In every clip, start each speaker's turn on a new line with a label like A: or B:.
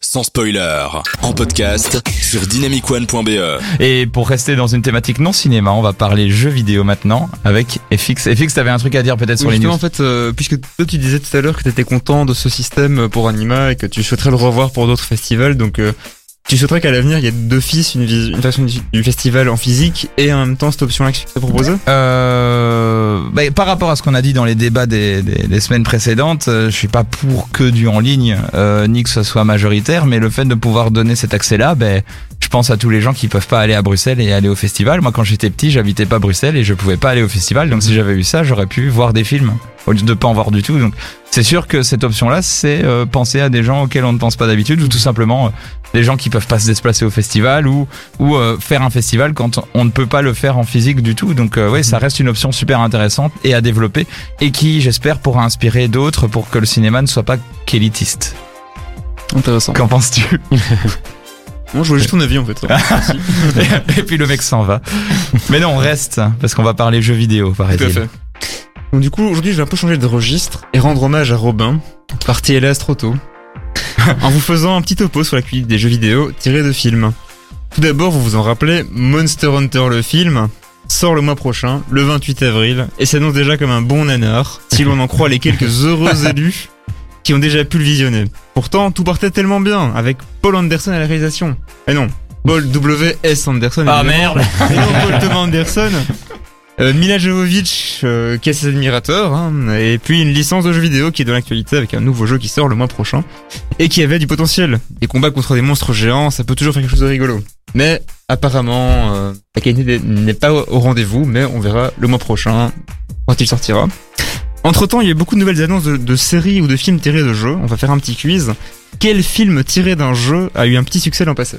A: sans spoiler, en podcast sur dynamicone.be.
B: Et pour rester dans une thématique non cinéma, on va parler jeux vidéo maintenant avec FX. FX, t'avais un truc à dire peut-être sur
C: Oui,
B: les
C: justement,
B: news.
C: en fait, euh, puisque toi tu disais tout à l'heure que tu étais content de ce système pour Anima et que tu souhaiterais le revoir pour d'autres festivals, donc euh, tu souhaiterais qu'à l'avenir il y ait deux fils, une, vis- une façon du du festival en physique et en même temps cette option-là que tu as proposée
B: Euh, bah, par rapport à ce qu'on a dit dans les débats des, des- des semaines précédentes, euh, je suis pas pour que du en ligne, euh, ni que ce soit majoritaire, mais le fait de pouvoir donner cet accès-là, ben, je pense à tous les gens qui peuvent pas aller à Bruxelles et aller au festival. Moi, quand j'étais petit, j'habitais pas Bruxelles et je pouvais pas aller au festival, donc si j'avais eu ça, j'aurais pu voir des films au lieu de pas en voir du tout. Donc, c'est sûr que cette option-là, c'est euh, penser à des gens auxquels on ne pense pas d'habitude ou tout simplement euh, des gens qui peuvent pas se déplacer au festival ou ou euh, faire un festival quand on ne peut pas le faire en physique du tout. Donc euh, ouais, ça reste une option super intéressante et à développer et qui, j'espère, pourra inspirer d'autres pour que le cinéma ne soit pas qu'élitiste.
C: Intéressant.
B: Qu'en penses-tu
C: Moi je voulais juste ton avis en fait. Merci.
B: Et puis le mec s'en va. Mais non, on reste hein, parce qu'on va parler jeux vidéo,
C: Tout à
B: paraît-il.
C: fait. Donc du coup, aujourd'hui, je vais un peu changer de registre et rendre hommage à Robin, parti hélas trop tôt, en vous faisant un petit topo sur l'actualité des jeux vidéo tirés de films. Tout d'abord, vous vous en rappelez, Monster Hunter le film sort le mois prochain, le 28 avril, et s'annonce déjà comme un bon nanar, si l'on en croit les quelques heureux élus qui ont déjà pu le visionner. Pourtant, tout partait tellement bien, avec Paul Anderson à la réalisation. Et non, Paul W.S. Anderson.
B: Ah
C: évidemment.
B: merde
C: Et non, Paul Thomas Anderson. Euh, Mila Jovovich, euh, qui a ses admirateurs, hein, et puis une licence de jeux vidéo qui est de l'actualité avec un nouveau jeu qui sort le mois prochain, et qui avait du potentiel. Des combats contre des monstres géants, ça peut toujours faire quelque chose de rigolo. Mais apparemment, euh, la qualité des- n'est pas au au rendez-vous, mais on verra le mois prochain quand il sortira. Entre-temps, il y a eu beaucoup de nouvelles annonces de, de séries ou de films tirés de jeux. On va faire un petit quiz. Quel film tiré d'un jeu a eu un petit succès l'an passé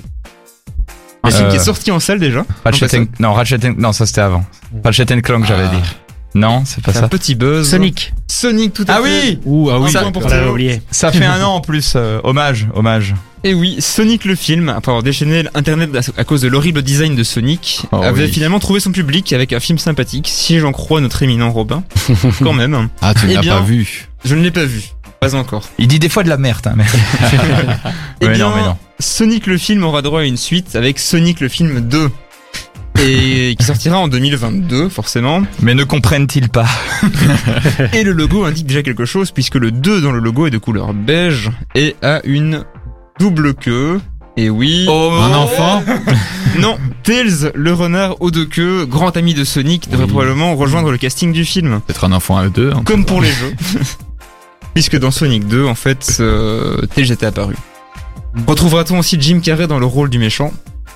C: Un film qui est
B: Euh.
C: sorti en salle déjà.
B: Ratchet
C: Non, pas
B: and- Non, Ratchet and- Non, ça c'était avant. Ratchet and Clank, j'avais
D: Ah.
B: dit. Non, c'est pas
C: C'est un
B: ça.
C: petit buzz.
D: Sonic.
C: Sonic, tout à
B: Ah
C: fait.
B: oui
D: Ouh, ah
C: oui,
D: oui,
C: d'accord.
D: j'avais oublié.
B: Ça fait un an en plus. euh, hommage, hommage.
C: Et Eh oui, Sonic le film, après avoir déchaîné Internet à à cause de l'horrible design de Sonic,
B: Oh
C: avait
B: oui.
C: finalement trouvé son public avec un film sympathique, si j'en crois notre éminent Robin. Quand même.
D: Ah, tu
C: Eh
D: ne l'as
C: bien.
D: pas vu.
C: Je ne l'ai pas vu. Pas encore.
B: Il dit des fois de la merde, hein, mais...
C: Eh
B: Ouais,
C: bien,
B: non, mais non.
C: Sonic le film aura droit à une suite avec Sonic le film 2. Et qui sortira en 2022, forcément.
B: Mais ne comprennent-ils pas
C: Et le logo indique déjà quelque chose puisque le 2 dans le logo est de couleur beige et a une double queue. Et oui.
B: Oh.
D: Un enfant
C: Non, Tails, le renard aux deux queues, grand ami de Sonic, devrait
D: Oui.
C: probablement rejoindre le casting du film.
D: Peut-être un enfant à eux deux. hein.
C: Comme pour les jeux. Puisque dans Sonic 2, en fait, euh, Tails était apparu. Retrouvera-t-on aussi Jim Carrey dans le rôle du méchant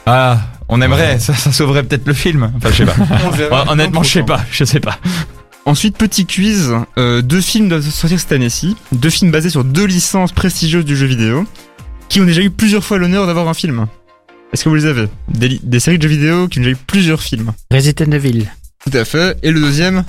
B: Ah, on aimerait, ça, ça sauverait peut-être le film. Enfin, je sais pas.
C: On le verra
B: Hon- Honnêtement, je sais pas, je sais pas.
C: Ensuite, petit quiz. euh, deux films doivent sortir cette année-ci. Deux films basés sur deux licences prestigieuses du jeu vidéo, qui ont déjà eu plusieurs fois l'honneur d'avoir un film. Est-ce que vous les avez des, li- des séries de jeux video qui ont déjà eu plusieurs films.
E: Resident Evil.
C: Tout à fait. Et le deuxième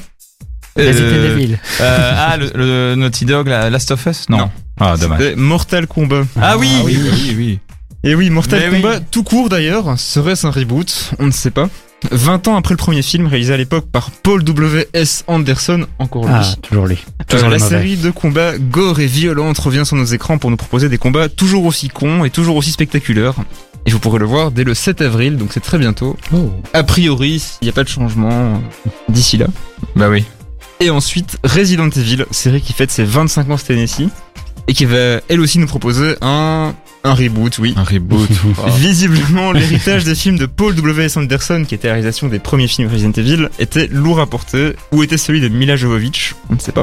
E: Resident
B: Euh,
E: Evil.
B: euh, ah, le, le Naughty Dog, la Last of Us Non.
C: Non.
B: Ah, dommage.
C: c'était Mortal Kombat.
B: Ah oui,
D: Ah oui, oui, oui.
C: Et oui, Mortal
B: Mais oui.
C: Kombat, tout court d'ailleurs, serait-ce un reboot On ne sait pas. 20 ans après le premier film, réalisé à l'époque par Paul W.S. Anderson, encore lui.
E: Ah, toujours lui. toujours
C: Euh,
E: le
C: la
E: mauvais.
C: série de combats gore et violente revient sur nos écrans pour nous proposer des combats toujours aussi cons et toujours aussi spectaculaires. Et vous pourrez le voir dès le 7 avril, donc c'est très bientôt.
E: Oh.
C: A priori, il n'y a pas de changement euh, d'ici là.
B: Bah oui.
C: Et ensuite, Resident Evil, série qui fête ses 25 ans cette année-ci, et qui va elle aussi nous proposer un, un reboot, oui.
D: Un reboot. Oh.
C: Visiblement, l'héritage des films de Paul W.S. Anderson, qui était la réalisation des premiers films Resident Evil, était lourd à porter. Où était celui de Mila Jovovich On ne sait pas.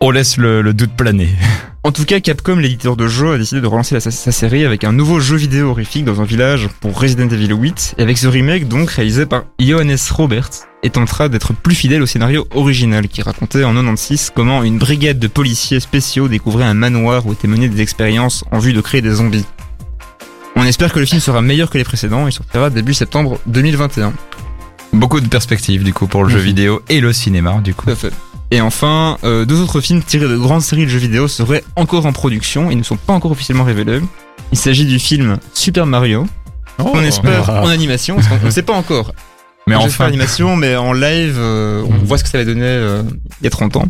B: On laisse le, le doute planer.
C: En tout cas, Capcom, l'éditeur de jeux, a décidé de relancer la- sa, sa série avec un nouveau jeu vidéo horrifique dans un village pour Resident Evil 8, et avec ce remake donc réalisé par Johannes Roberts, et tentera d'être plus fidèle au scénario original qui racontait en 96 comment une brigade de policiers spéciaux découvrait un manoir où étaient menées des expériences en vue de créer des zombies. On espère que le film sera meilleur que les précédents et sortira début septembre 2021.
B: Beaucoup de perspectives, du coup, pour le jeu vidéo et le cinéma, du coup.
C: Tout à fait. Et enfin, euh, deux autres films tirés de grandes séries de jeux vidéo seraient encore en production et ne sont pas encore officiellement révélés. Il s'agit du film Super Mario, on espère en animation, parce qu'on on ne sait pas encore.
B: Oh. Mais
C: J'espère
B: enfin, Mm.
C: animation, mais en live, euh, on voit ce que ça va donner euh, il y a 30 ans.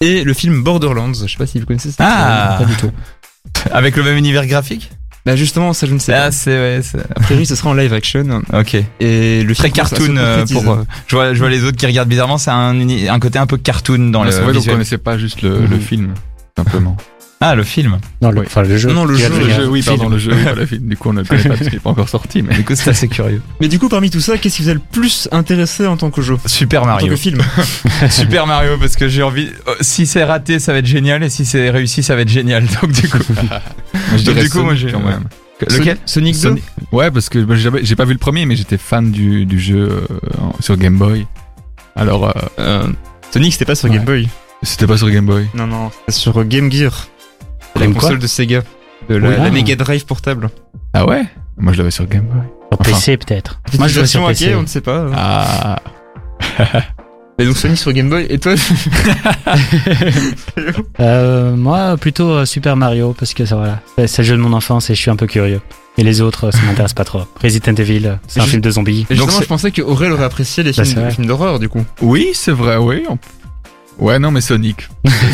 C: et le film Borderlands, je sais pas si vous connaissez ça.
B: Ah.
C: Pas du tout.
B: Avec le même univers graphique
C: Bah justement, ça je ne sais pas.
B: Ah, c'est ouais, c'est-
C: A priori, ce sera en live action.
B: ok.
C: Et le
B: Très
C: film, ça se
B: cartoon euh,
C: concrétise.
B: pour. euh, je vois, je vois les autres qui regardent bizarrement. C'est un, uni- un côté un peu cartoon dans
D: Ouais,
B: le.
D: Bah, c'est vrai qu'on
B: visuel.
D: connaissait pas juste le, le film, simplement.
B: Ah, le film.
E: Non, le,
D: Oui.
E: enfin, le jeu.
C: Non, non, le
E: Tu vas
C: jeu,
E: te
D: Le
E: dire.
D: jeu, oui, pardon, le jeu, oui, pas le film. Du coup, on ne le connaît pas parce qu'il n'est pas encore sorti, mais.
B: Du coup, c'est assez curieux.
C: Mais du coup, parmi tout ça, qu'est-ce qui vous a le plus intéressé en tant que jeu
B: Super
C: En tant
B: Mario.
C: que film
B: Super Mario parce que j'ai envie. euh, Si c'est raté, ça va être génial et si c'est réussi, ça va être génial. Donc du coup.
D: Je dirais
B: du coup, moi, j'ai- euh,
D: quand même.
B: Lequel
C: Sonic 2
D: Sonic- Ouais, parce que bah, j'ai jamais- j'ai pas vu le premier, mais j'étais fan du, du jeu euh, en- sur Game Boy. Alors, euh,
C: Euh, Sonic, c'était pas sur Game Boy.
D: c'était pas sur Game Boy.
C: Non, non, c'était sur Game Gear. La
E: Comme quoi
C: console de Sega. De la,
E: Oui,
C: la
E: ah.
C: Mega Drive portable.
D: Ah ouais Moi, je l'avais sur Game Boy.
E: Sur PC, peut-être.
C: Moi,
E: je
C: je
E: vois sur
C: version
E: PC.
C: hackée, on ne sait pas.
D: Ah
C: Mais donc Sonic sur Game Boy, et toi
E: Euh, moi, plutôt euh, Super Mario, parce que ça, voilà. C'est- C'est le jeu de mon enfance et je suis un peu curieux. Et les autres, euh, ça m'intéresse pas trop. Resident Evil, euh, c'est un
C: Je-
E: film de zombies.
C: Et
B: Donc
C: Justement,
B: c'est-
C: je pensais que Aurel aurait apprécié les
E: Bah,
C: films,
E: c'est vrai.
C: les films d'horreur, du coup.
D: Oui, c'est vrai, oui. on- Ouais, non, mais Sonic.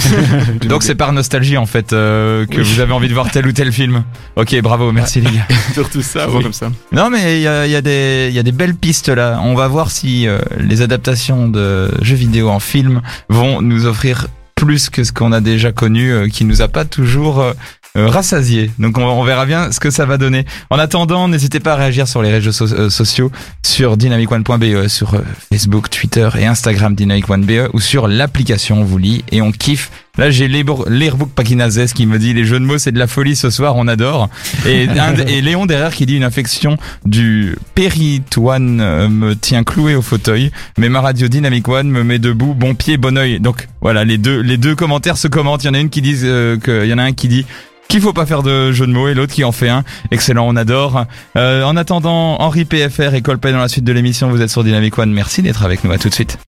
B: Donc c'est par nostalgie en fait euh, que
C: Oui.
B: vous avez envie de voir tel ou tel film. Ok, bravo, merci les gars.
D: surtout ça,
C: Souvent comme ça.
B: Non mais il y a, il y a des il y a des belles pistes là. On va voir si euh, les adaptations de jeux vidéo en film vont nous offrir plus que ce qu'on a déjà connu, euh, qui nous a pas toujours euh, euh, rassasiés. Donc on, on verra bien ce que ça va donner. En attendant, n'hésitez pas à réagir sur les réseaux so- euh, sociaux, sur dynamicone.be, sur euh, Facebook, Twitter et Instagram dynamicone.be E, ou sur l'application on vous lit et on kiffe. Là j'ai l'Airbo- l'airbook Pakinazes qui me dit les jeux de mots c'est de la folie ce soir, on adore. Et, un de- et Léon derrière qui dit une infection du péritoine euh, me tient cloué au fauteuil, mais ma radio Dynamic One me met debout, bon pied, bon oeil. Donc voilà, les deux, les deux commentaires se commentent. Il y en a une qui dit euh, que, il y en a un qui dit qu'il faut pas faire de jeu de mots et l'autre qui en fait un. Excellent, on adore. Euh, en attendant, Henri PFR et Colpay dans la suite de l'émission. Vous êtes sur Dynamic One. Merci d'être avec nous. À tout de suite.